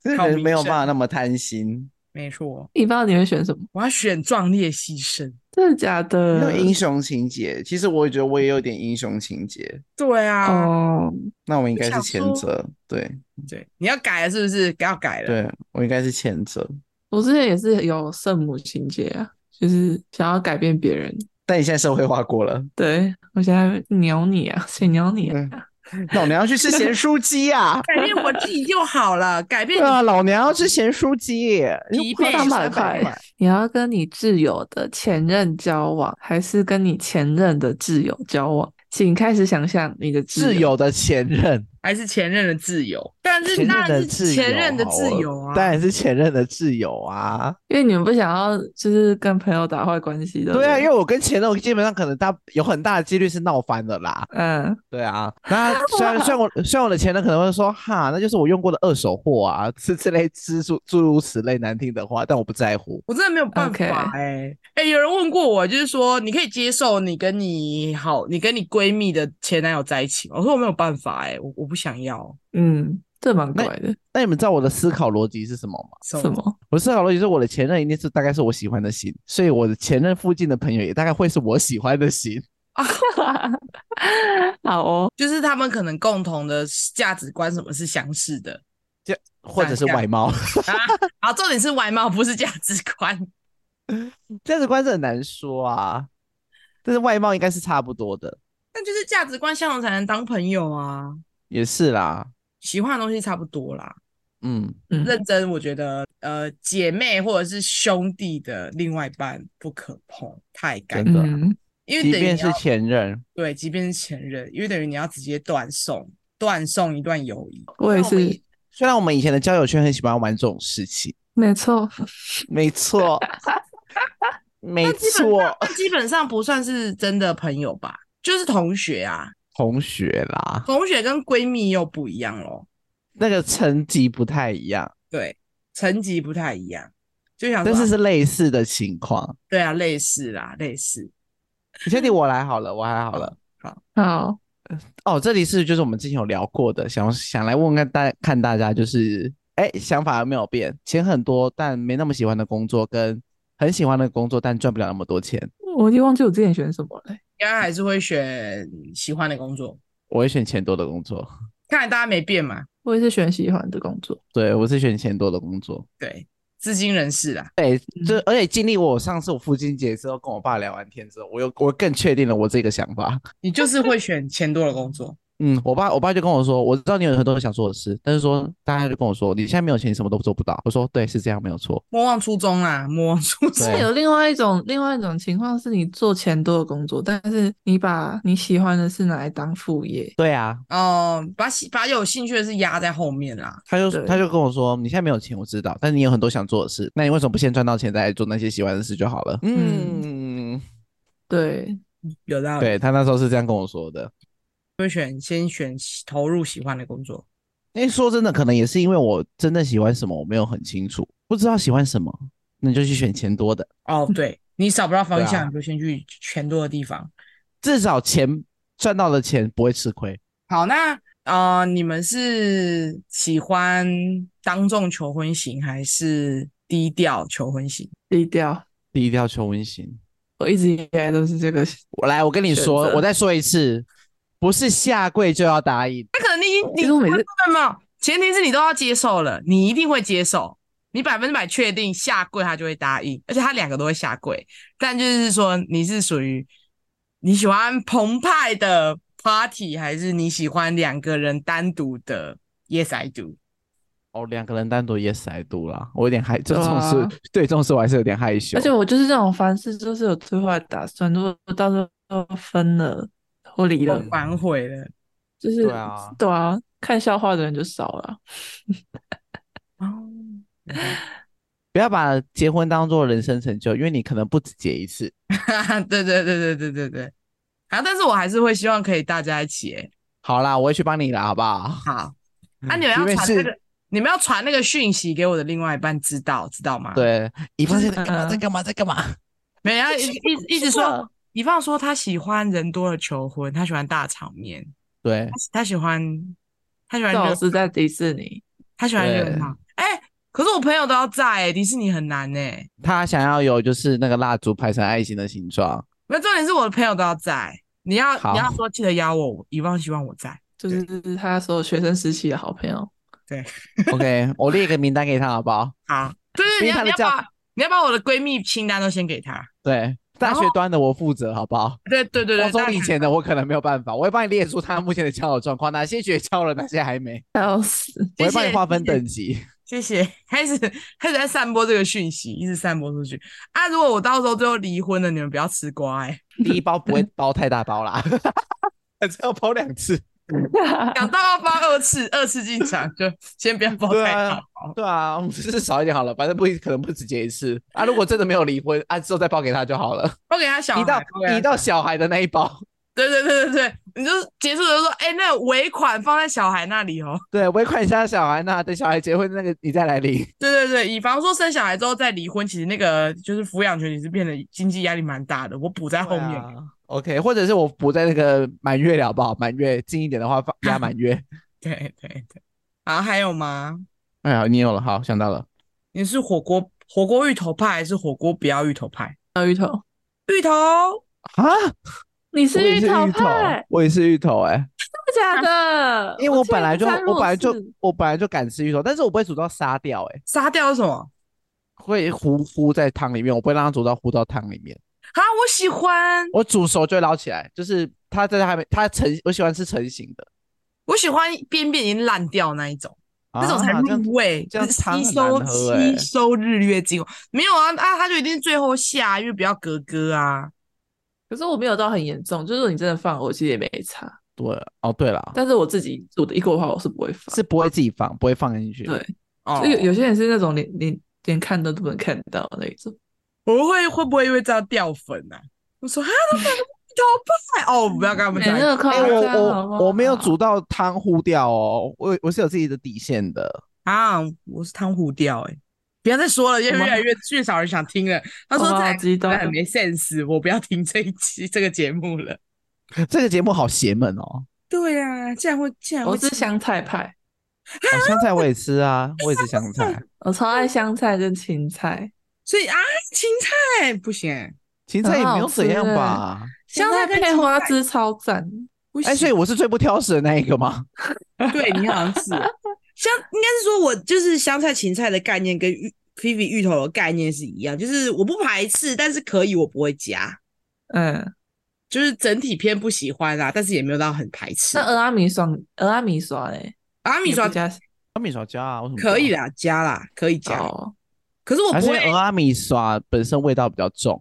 这
靠
人
名
没有
声
办法那么贪心。
没错，
你不知道你会选什么？
我要选壮烈牺牲。
真的假
嗯
没有
的？
英雄情节，其实我也觉得我也有点英雄情节。
对啊，
哦，
那我应该
想
是前
说
者，对
对，你要改了是不是？要改了。
对，我应该是前者。
我之前也是有圣母情节啊，就是想要改变别人。
但你现在社会化过 了，
对我现在鸟你啊，谁鸟你啊？
嗯老娘要去吃咸酥鸡 啊！
改变我自己就好了，改变
对
你
啊，老娘要吃咸酥鸡，
一
快
倍
要
三百
300
块，你要跟你挚友的前任交往，还是跟你前任的挚友交往？请开始想象你的
挚
友。
友的前任，
还是前任的自由，但是
前
那
任的
是
挚友，
前任的自
好
由
了
啊，
当然是前任的挚友啊。
因为你们不想要就是跟朋友打坏关系的。
对啊，因为
为
我跟前任，我基本上可能大有很大的几率是闹翻的啦。
嗯，
对啊， 那虽然虽然我虽然我的前任可能会说哈，那就是我用过的二手货啊，是之类之诸诸如此类难听的话，但我不在乎。
我真的没有办
OK
法哎、哎、有人问过我，就是说你可以接受你跟你好，你跟你闺蜜的前男友在一起吗？我说我没有办法哎、我我不想要
嗯，这蛮怪的。
那你们知道我的思考逻辑是什么吗？
什
什么？
我的思考逻辑是我的前任一定是大概是我喜欢的型，所以我的前任附近的朋友也大概会是我喜欢 的型。
好哦，
就是他们可能共同的价值观什么是相似的
或者是外貌，
啊，好，重点是外貌不是价值观。
价值观是很难说啊。但是外貌应该是差不多的，
但就是价值观相同才能当朋友啊，
也是啦。
喜欢的东西差不多啦。
嗯，
嗯，
认真，我觉得呃，姐妹或者是兄弟的另外一半不可碰，太尴
真
尬。
的
嗯，
因为
即
等于
便
你
是
要
前任，
对，即便是前任，因为等于你要直接断送断送一段友谊。
我也是，
虽然我们以前的交友圈很喜欢玩这种事情，
没错，
没 错，没
基本
错，
那基本上不算是真的朋友吧，就是同学啊，
同学啦，
同学跟闺蜜又不一样咯，
那个层级不太一样，
对，层级不太一样，就想说
但是
啊
是类似的情况。
对啊，类似啦，类似。
你确定我来好了，我还好了。
好，
哦，这里是就是我们之前有聊过的，想想来问看大看大家就是，哎，想法有没有变？钱很多但没那么喜欢的工作，跟很喜欢的工作但赚不了那么多钱，
我已经忘记我之前选什么了、
应该还是会选喜欢的工作。
我会选钱多的工作。
看来大家没变嘛，
我也是选喜欢的工作，
对，我是选钱多的工作。
对，资金人士啦。
对，就而且经历我上次我父亲节之后跟我爸聊完天之后，我又我更确定了我这个想法。
你就是会选钱多的工作，
嗯，我爸我爸就跟我说，我知道你有很多想做的事，但是说大家就跟我说，你现在没有钱，你什么都做不到。我说对，是这样，没有错。
莫忘初衷啦，莫忘初衷。
是有另外一种另外一种情况是你做钱多的工作，但是你把你喜欢的事拿来当副业，
对啊，
哦、把喜把有兴趣的事压在后面啦。
他就
对
他就跟我说，你现在没有钱，我知道，但你有很多想做的事，那你为什么不先赚到钱再来做那些喜欢的事就好了？嗯，
对，
有道理。
对他那时候是这样跟我说的。
会选先选喜投入喜欢的工作。
因为说真的，可能也是因为我真的喜欢什么，我没有很清楚，不知道喜欢什么，那你就去选钱多的，
哦，对你找不到方
对啊
向，你就先去钱多的地方。
至少钱赚到的钱不会吃亏。
好，那呃，你们是喜欢当众求婚型还是低调求婚型？
低调。
低调求温馨。
我一直以来都是这个，
我来，我跟你说
选，择
我再说一次，不是下跪就要答应。
那可能你已经
其
你
实我每次
没有没有，前提是你都要接受了，你一定会接受，你百分之百确定下跪他就会答应，而且他两个都会下跪。但就是说你是属于你喜欢澎湃的 party，还是你喜欢两个人单独的 Yes I do？
哦，两个人单独 yes I do 啦，我有点害，这
对
种
啊
事、对这种事我还是有点害羞。
而且我就是这种凡事就是有最坏的打算，如果到时候分了或离
我
了，
反悔了
就是
对啊
对啊看笑话的人就少了。
哦，
不要把结婚当做人生成就，因为你可能不止结一次。
对对对对对对对。啊，但是我还是会希望可以大家一起、欸。
好啦，我会去帮你啦，好不好？
好，啊，你们
嗯因
要
为
传
是
那个，你们要传那个讯息给我的另外一半知道，知道吗？。
对，以方
是
现在干嘛在干嘛在干嘛？
没有，他一
去
一直一直说，比方说他喜欢人多的求婚，他喜欢大场面，
对
他，喜他喜欢他喜欢
最好
热，
是在迪士尼，
他喜欢热
对
闹。哎、可是我朋友都要在、欸，迪士尼很难哎、
他想要有就是那个蜡烛排成爱心的形状。
那重点是我的朋友都要在，你要
好
你要说记得邀我，以望希望我在。
就是他所有学生时期的好朋友。
OK，我列一个名单给他，好不好？
好，就是你
逼
要
他
你
的
要
教
把你要把我的闺蜜清单都先给他。
对，大学端的我负责，好不好？
对对对
高
对，
中
大
以
学
前的我可能没有办法，我会帮你列出他目前的交友状况，哪些绝交了，哪些还没，
笑死！
谢
我会帮
谢
你划分
谢谢
等级。
谢谢， 开始开始在散播这个讯息，一直散播出去啊！如果我到时候最后离婚了，你们不要吃瓜哎、
第一包不会包太大包啦， 只要包两次。
想到要包二次，二次进场就先不 要包
对
太
啊
大包。
对啊，我们就是少一点好了，反正不可能不止结一次啊。如果真的没有离婚，啊之后再包给他就好了。
包给他小
你到
孩，包给他
你到小孩的那一包，
对对对对对，你就结束的时候说，哎、那尾款放在小孩那里哦。
对，尾款下小孩那，等小孩结婚那个你再来领。
对对对，以防说生小孩之后再离婚，其实那个就是抚养权，你是变得经济压力蛮大的。我补在后面，
啊 OK，或者是我补在那个满月了，好不好？满月近一点的话放压满月。
对对对。啊，还有吗？
哎呀，你有了，好想到了，
你是火锅火锅芋头派还是火锅不要芋头派？
小芋头，
芋头，
啊，
你是
我也
芋
是
头
芋头
派，，哦
我也是芋头哎、
真的假的？
因为我
记得
本来
不
就
沾
我本来就
肉丝
我本来就敢吃芋头，但是我不会煮到沙掉哎、
杀掉是什么？
会糊糊在汤里面，我不会让它煮到糊到汤里面。
啊，我喜欢，
我煮熟就会捞起来，就是它在还没它成，我喜欢吃成型的，
我喜欢边边已经烂掉那一种。
啊
那种才
这样
入味，
这样
吸
汤很
收
难喝
吸
欸
收日月精华。没有啊，啊，他就一定是最后下，因为不要格格啊。
可是我没有到很严重，就是如果你真的放，我其实也没差。
对，哦对了，
但是我自己我的一锅泡我是不会放，
是不会自己放，不会放进去。
对，
哦
就有有些人是那种连连连看都不能看到的那一种。
我会会不会因为这样掉粉啊？我说啊，他粉头派哦，我不要跟他们
没那
讲
么。夸
哎、
张、好不
我
好
我我没有煮到汤糊掉哦，我我是有自己的底线的。
啊，我是汤糊掉哎、不要再说了，越
我
越
们
来越越少人想听了。他说
我
这
好
还
激动
这很没 sense，我不要听这一期这个节目了。
这个节目好邪门哦，哦
对呀、啊，竟然会竟然会
我是香菜派，
香菜我也吃啊，我也吃香菜。
我超爱香菜跟芹菜，
所以啊，青菜不行、欸，
芹菜也没有
很好吃
怎样吧？
香菜跟
配
芹
花
菜
枝超赞。
不行。
哎、所以我是最不挑食的那一个吗？
对你好像是香，应该是说我就是香菜、芹菜的概念跟芋菲菲芋头的概念是一样，就是我不排斥，但是可以我不会加，
嗯，
就是整体偏不喜欢啦，但是也没有到很排斥
那。俄阿米爽，俄阿米爽嘞，
阿米
也不
刷
加
阿米耍加啊，为什么不
可以
要？
啦，加啦，可以加，
哦，
可是我
还
不
是因
会
为俄阿米耍本身味道比较重，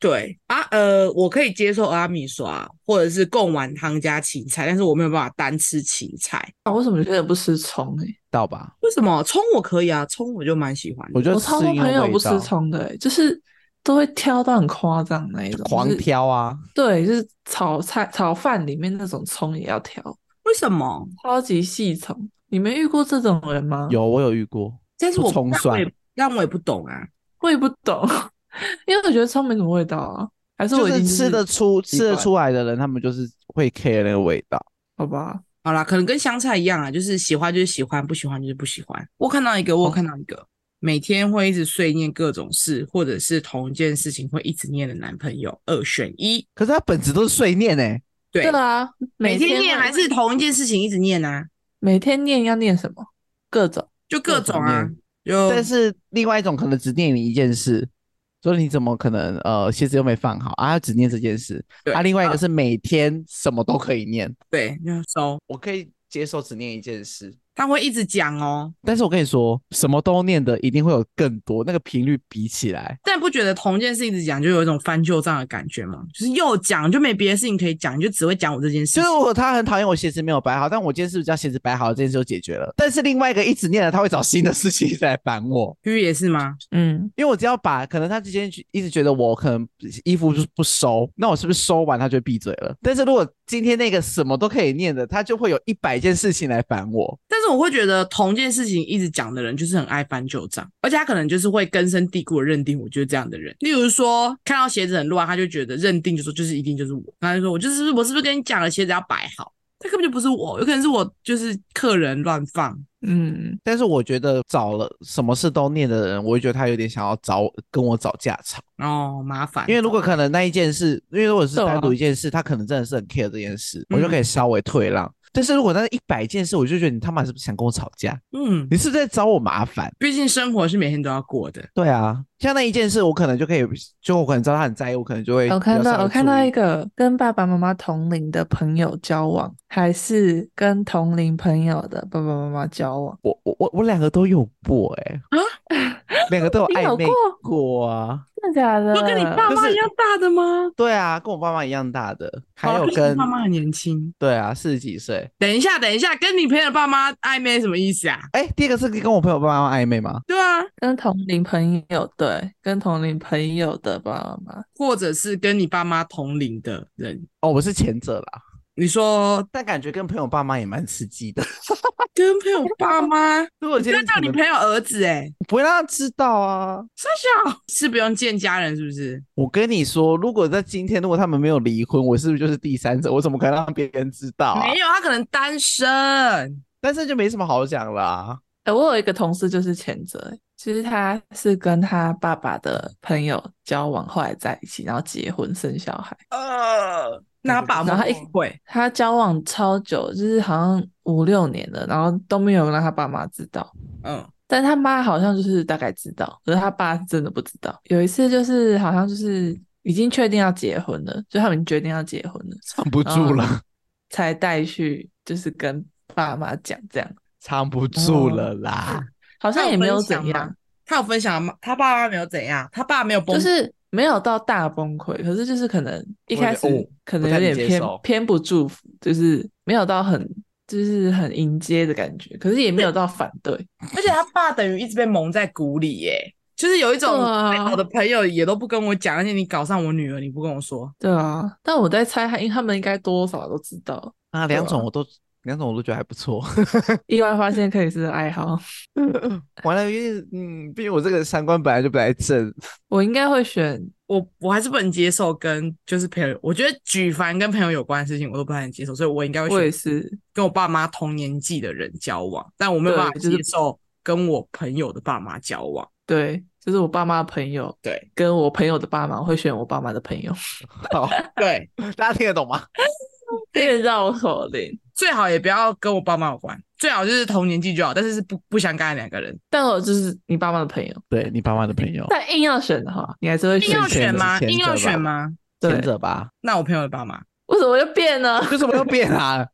对啊，呃，我可以接受阿米刷或者是贡丸汤加芹菜，但是我没有办法单吃芹菜。
啊，为什么有些人不吃葱欸诶？
到吧？
为什么葱我可以啊？葱我就蛮喜欢的
我觉得
我超多
因为
朋友
味
不吃
道
葱的、欸，就是都会挑到很夸张那一种，
狂
就是
挑啊，
对，就是炒菜炒饭里面那种葱也要挑，
为什么？
超级细葱。你没遇过这种人吗？，
有我有遇过，
但是
不
我
葱
但我也
蒜
但我也不懂啊。
我也不懂，因为我觉得葱没什么味道啊，还是
就
我已经
是吃得出
习
吃得
惯
出来的人，他们就是会 care 那个味道。
好吧？
好啦，可能跟香菜一样啊，就是喜欢就是喜欢，不喜欢就是不喜欢。我看到一个，我有看到一个，每天会一直碎念各种事，或者是同一件事情会一直念的男朋友，二选一。
可是它本质都是碎念哎、
对，
对啊，
每
天
念
啊
还是同一件事情一直念啊，
每天念要念什么？各种
就各种
各
啊
种，
嗯
就
但是另外一种可能只念你一件事，所以你怎么可能呃鞋子又没放好啊？只念这件事。
对
啊，另外一个是每天什么都可以念，
对，就收。
我可以接受只念一件事。
他会一直讲哦，
但是我跟你说，什么都念的一定会有更多，那个频率比起来，
但不觉得同一件事一直讲就有一种翻旧账的感觉吗？就是又讲，就没别的事情可以讲，你就只会讲我这件事
就
情
是。我他很讨厌我鞋子没有摆好，但我今天是不是将鞋子摆好，这件事就解决了？但是另外一个一直念的，他会找新的事情一直来烦我。
鱼也是吗？
嗯，
因为我只要把，可能他之前一直觉得我可能衣服就是不收，那我是不是收完他就会闭嘴了？但是如果今天那个什么都可以念的，他就会有一百件事情来烦我。
但是我会觉得同一件事情一直讲的人，就是很爱翻旧账，而且他可能就是会根深蒂固的认定我就是这样的人。例如说，看到鞋子很乱，他就觉得认定就说就是一定就是我，他就说我就是我是不是跟你讲了鞋子要摆好？他根本就不是我，有可能是我就是客人乱放。
嗯，
但是我觉得找了什么事都念的人，我会觉得他有点想要找我跟我找架吵。
哦，麻烦，
因为如果可能那一件事，因为如果是
对啊
单独一件事，他可能真的是很 care 这件事，我
嗯
就可以稍微退让。但是如果那一百件事，我就觉得你他妈是不是想跟我吵架？
嗯，
你是不是在找我麻烦？
毕竟生活是每天都要过的。
对啊，像那一件事，我可能就可以，就我可能知道他很在意，我可能就会
我看
比较稍
到我
微
看
注
到
意
一个跟爸爸妈妈同龄的朋友交往，还是跟同龄朋友的爸爸妈妈交往，
我我我我两个都有过哎、欸，两个都有
啊 你有
暧昧
过
过啊，
真的假的？
就跟你爸
就
妈
是
一样大的吗？
对啊，跟我爸妈一样大的，还
啊
哦
有
毕竟
跟
爸妈很年轻。
对啊四十几岁，
等一下，等一下，跟你朋友的爸妈暧昧什么意思啊？
哎、第一个是跟我朋友爸妈暧昧吗？
对啊，
跟同龄朋友，对，跟同龄朋友的爸爸妈妈，
或者是跟你爸妈同龄的人，
哦，我是前者啦，
你说
但感觉跟朋友爸妈也蛮刺激的。
跟朋友爸 妈，
如果
你
今
不要
天
叫
可
你
能
朋友儿子哎、
不会让他知道啊，
傻笑是不用见家人是不是？
我跟你说，如果在今天，如果他们没有离婚，我是不是就是第三者？我怎么可能让别人知道啊？
没有，他可能单身。
但是就没什么好讲啊啦、
哎、我有一个同事就是前者欸，其实他是跟他爸爸的朋友交往，后来在一起，然后结婚生小孩。
呃，那他爸妈
然后他一
会
他交往超久，就是好像五六年了，然后都没有让他爸妈知道。
嗯，
但他妈好像就是大概知道，可是他爸是真的不知道。有一次就是好像就是已经确定要结婚了，就他们决定要结婚了，
藏不住了，
才带去就是跟爸妈讲这样，
藏不住了啦。
好像也没有怎
他有分享
样
吗，他有分享吗？他爸妈没有怎样，他爸没有崩，
就是没有到大崩溃，可是就是可能一开始
我觉得哦
可
不
能
太
有
能
点
接
偏
受
偏不祝福，就是没有到很就是很迎接的感觉，可是也没有到反对。
而且他爸等于一直被蒙在鼓里耶，就是有一种
对啊
再好的朋友也都不跟我讲，而且你搞上我女儿，你不跟我说，
对啊，但我在猜，他因为他们应该多少都知道，
啊，两种我都两种我都觉得还不错。
意外发现克里斯的爱好，
完了，因为嗯，毕竟我这个三观本来就不太正，
我应该会选
我我还是不能接受跟就是朋友，我觉得举凡跟朋友有关的事情我都不太能接受，所以我应该会
我也
选
是，
跟我爸妈同年纪的人交往，但我没有办法
对就是
接受跟我朋友的爸妈交往。
对，就是我爸妈的朋友
对
跟我朋友的爸妈，我会选我爸妈的朋友，
好，
对，
大家听得懂吗？
有点绕口令。
最好也不要跟我爸妈有关，最好就是同年纪就好，但是是不不相干的两个人。
但我就是你爸妈的朋友，
对你爸妈的朋友，
但硬要选的话，你还是会
硬
选
要选吗？
前者
硬要
吧
选吗？
对
前，者吧，
那我朋友的爸妈，
为什么又变呢？
有什么要变啊？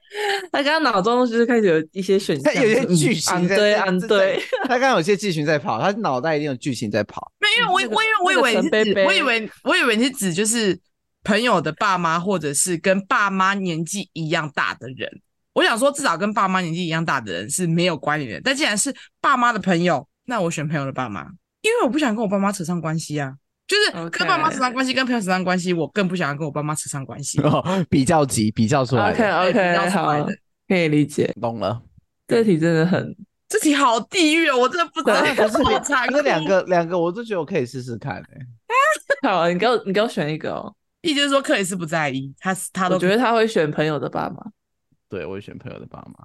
他刚刚脑中就是开始有一些选项，
他有些
就是嗯
剧情
安
在
对
在
安
在
对，
他刚刚有些剧情在跑，他脑袋一定有剧情在跑。
没有，因为
那
我
个
我因为我以为你
那个
是
陈
指
贝，贝
我以为我以为你是指就是朋友的爸妈，或者是跟爸妈年纪一样大的人。我想说，至少跟爸妈年纪一样大的人是没有关联的。但既然是爸妈的朋友，那我选朋友的爸妈，因为我不想跟我爸妈扯上关系啊。就是跟爸妈
OK
扯上关系，跟朋友扯上关系，我更不想要跟我爸妈扯上关系。
哦，比较急，比较出来
OK
的，
对比
OK，
较出来
好
的，
可以理解。
懂了。
这题真的很
这题好地狱哦，我真的不知道
对
怎么
可
查。
是两，个两个，我都觉得我可以试试看欸诶。
好，啊你给我你给我选一个哦，
意思是说克里斯不在意，他他
我
都
觉得他会选朋友的爸 妈。
对，我会选朋友的爸妈。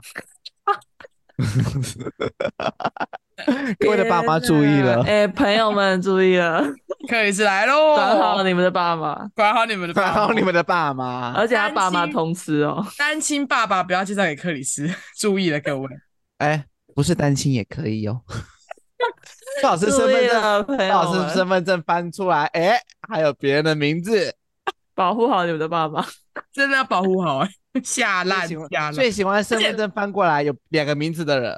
各位的爸妈
天
注意
哪
了，哦
哎，朋友们注意了，
克里斯来喽，
管好你们的爸妈，
管好你们的爸
然
妈，
后你们的爸妈，
而且他爸妈
担心
通吃哦。
单亲爸爸不要介绍给克里斯， 注意了各 位。
哎，不是单亲也可以 哦。最好是身
注
份
意
证，
了，朋
最好
友
是
们，
身份证翻出来，哎，还有别人的名字。
保护好你们的爸妈。
哦
真的要保护好、欸，
啊
下
最
烂
喜欢
下烂。
最喜欢身份证翻过来有两个名字 的人，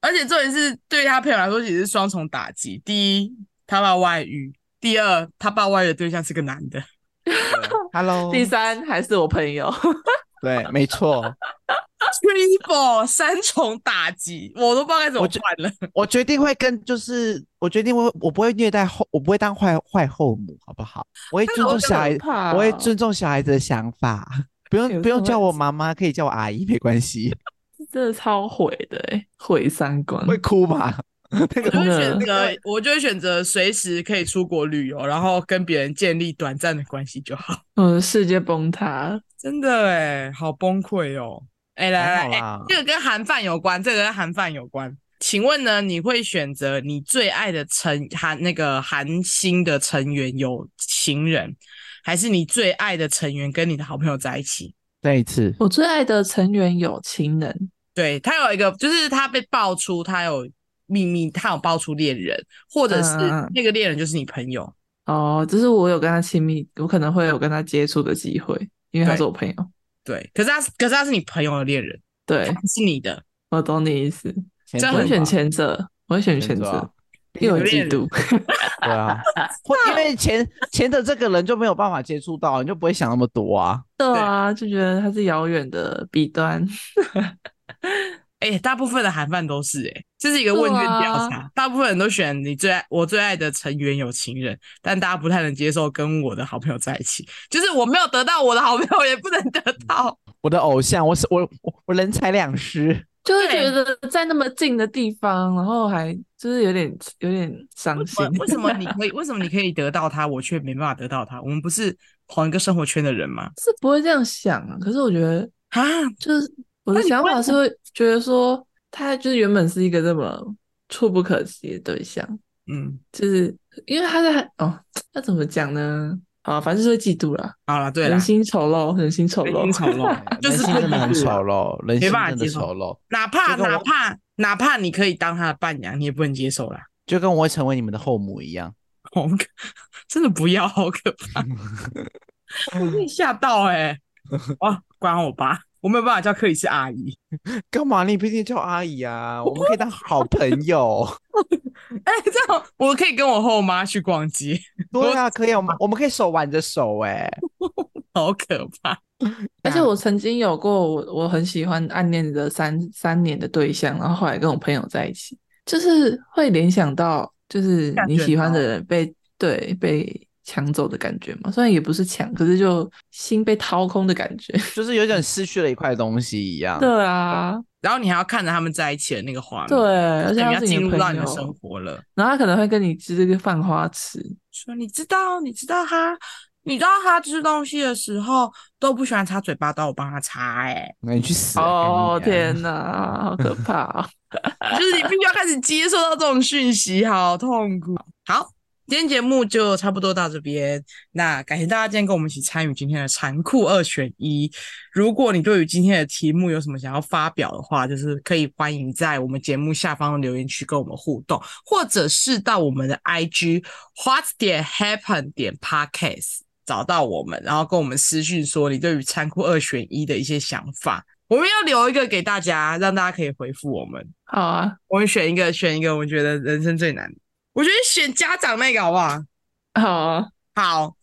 而且重点是，对他朋友来说也是双重打击：第一，他爸外遇；第二，他爸外遇的对象是个男的。
对 Hello，
第三还是我朋 友，
对，没错，
Triple 三重打击，我都不知道该怎么
我觉
办了。
我决定会跟，就是我决定我我不会虐待后，我不会当坏坏后母，好不好？我会
但是
尊
我
重
觉
小孩，
怕
我会
哦
尊重小孩子的想法，不用
有
不
时
用
候
叫
会
我妈妈，可以叫我阿姨，没 关系。
真的超毁的欸，毁三观。
会哭 吧？那
我
个
就会
真的
选择，我就会选择随时可以出国旅游，然后跟别人建立短暂的关系就好。
我的嗯世界崩塌了。
真的哎、好崩溃哦！哎、来
还
来
好
来，
啦，
啊
这个跟韩饭有关，这个跟韩饭有关。请问呢，你会选择你最爱的成韩那个韩星的成员有情人，还是你最爱的成员跟你的好朋友在一起？
再一次，
我最爱的成员有情人，
对他有一个，就是他被爆出他有秘密，他有爆出恋人，或者是
嗯嗯嗯
那个恋人就是你朋友。
哦，就是我有跟他亲密，我可能会有跟他接触的机会，因为他
对
是我朋友。
对，可是他是可是他是你朋友的恋人，
对
他，不是你的。
我懂你意思。
前
这
者
我
很
会选
吧
前者，我会选
前
前
者啊
者，因为我
有
嫉
恋
妒。
对啊，或因为前前的这个人就没有办法接触到，你就不会想那么多啊。
对啊，就觉得他是遥远的彼端。
哎、大部分的韩饭都是哎、这是一个问卷调
对
查，大部分人都选你最爱我最爱的成员有情人，但大家不太能接受跟我的好朋友在一起，就是我没有得到我的好朋友，也不能得到。
我的偶像，我是我我我人财两失，
就会
对
觉得在那么近的地方，然后还就是有点有点伤心。
为什么 你可以？为什么你可以得到他，我却没办法得到他？我们不是同一个生活圈的人吗？
是不会这样想啊？可是我觉得，
啊，
就是我的
那你
想
不会
法是
很
会觉得说，他就是原本是一个这么触不可及的对象，
嗯，
就是因为他在哦，要怎么讲呢？啊，反正就是会嫉妒啦，
好了，对了
人，心丑陋，人心丑
人
陋，
心丑陋 就是
人心真的很
不一
丑
样
陋，人
没
心
办法
真的
接受
丑陋，
哪怕
这个我
哪怕哪怕你可以当他的伴娘，你也不能接受啦。
就跟我会成为你们的后母一样。
好可， 真的不要，好可怕。我被吓到哎、哇，管我吧，我没有办法叫克里斯阿姨，
干嘛？你不一定叫阿姨啊，我们可以当好朋友。
哎、这样我可以跟我后妈去逛街，
对啊，可以，我们我们可以手挽着手、哎，
好可怕。啊
而且我曾经有过我我很喜欢暗恋的三三年的对象，然后后来跟我朋友在一起，就是会联想到就是
感
你
觉
喜欢
到
的人被对被抢走的感觉嘛，虽然也不是抢，可是就心被掏空的感觉。
就是有点失去了一块东西一样。
对啊，
然后你还要看着他们在一起的那个画面，哎
对，，而且
你
他
要
是
嗯
你
进
的
入到
朋
你的生
友，
活了。
然后他可能会跟你吃这个饭花吃，
说你知道，你知道他，你知道他吃东西的时候都不喜欢擦嘴巴，都我帮他擦、欸，
那你去死啊！
哦
干你啊
天！哪，好可怕、哦！
哎，就是你必须要开始接受到这种讯息，好痛苦。好，今天节目就差不多到这边，那感谢大家今天跟我们一起参与今天的残酷二选一。如果你对于今天的题目有什么想要发表的话，就是可以欢迎在我们节目下方的留言区跟我们互动，或者是到我们的 IG what 点 happen 点 podcast 找到我们，然后跟我们私讯说你对于残酷二选一的一些想法。我们要留一个给大家，让大家可以回复我们。
好啊，
我们选一个，选一个，我觉得人生最难的。我觉得选家长那个好不好？
好啊，
好，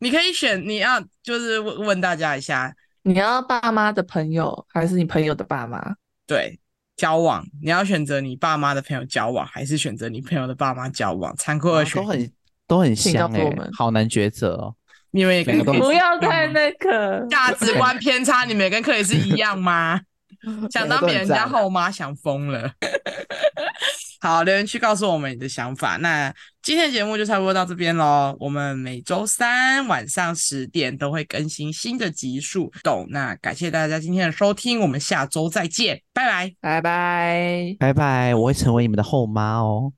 你可以选，你要就是问问大家一下，
你要爸妈的朋友还是你朋友的爸妈？
对，交往，你要选择你爸妈的朋友交往，还是选择你朋友的爸妈交往？残酷二
哇
选
啊都
一，
很都很
请
像
告诉
哎、
我们
好难抉择哦。
你们也跟
两个都
克里斯
不要
一
太
样吗
那个，
价值观偏差，你们也跟克里斯一样吗？想当别人家后妈，想疯了。 好，留言区告诉我们你的想法。那今天的节目就差不多到这边喽。我们每周三晚上十点都会更新新的集数，懂？那感谢大家今天的收听，我们下周再见，拜拜。
拜拜。
拜拜，我会成为你们的后妈哦。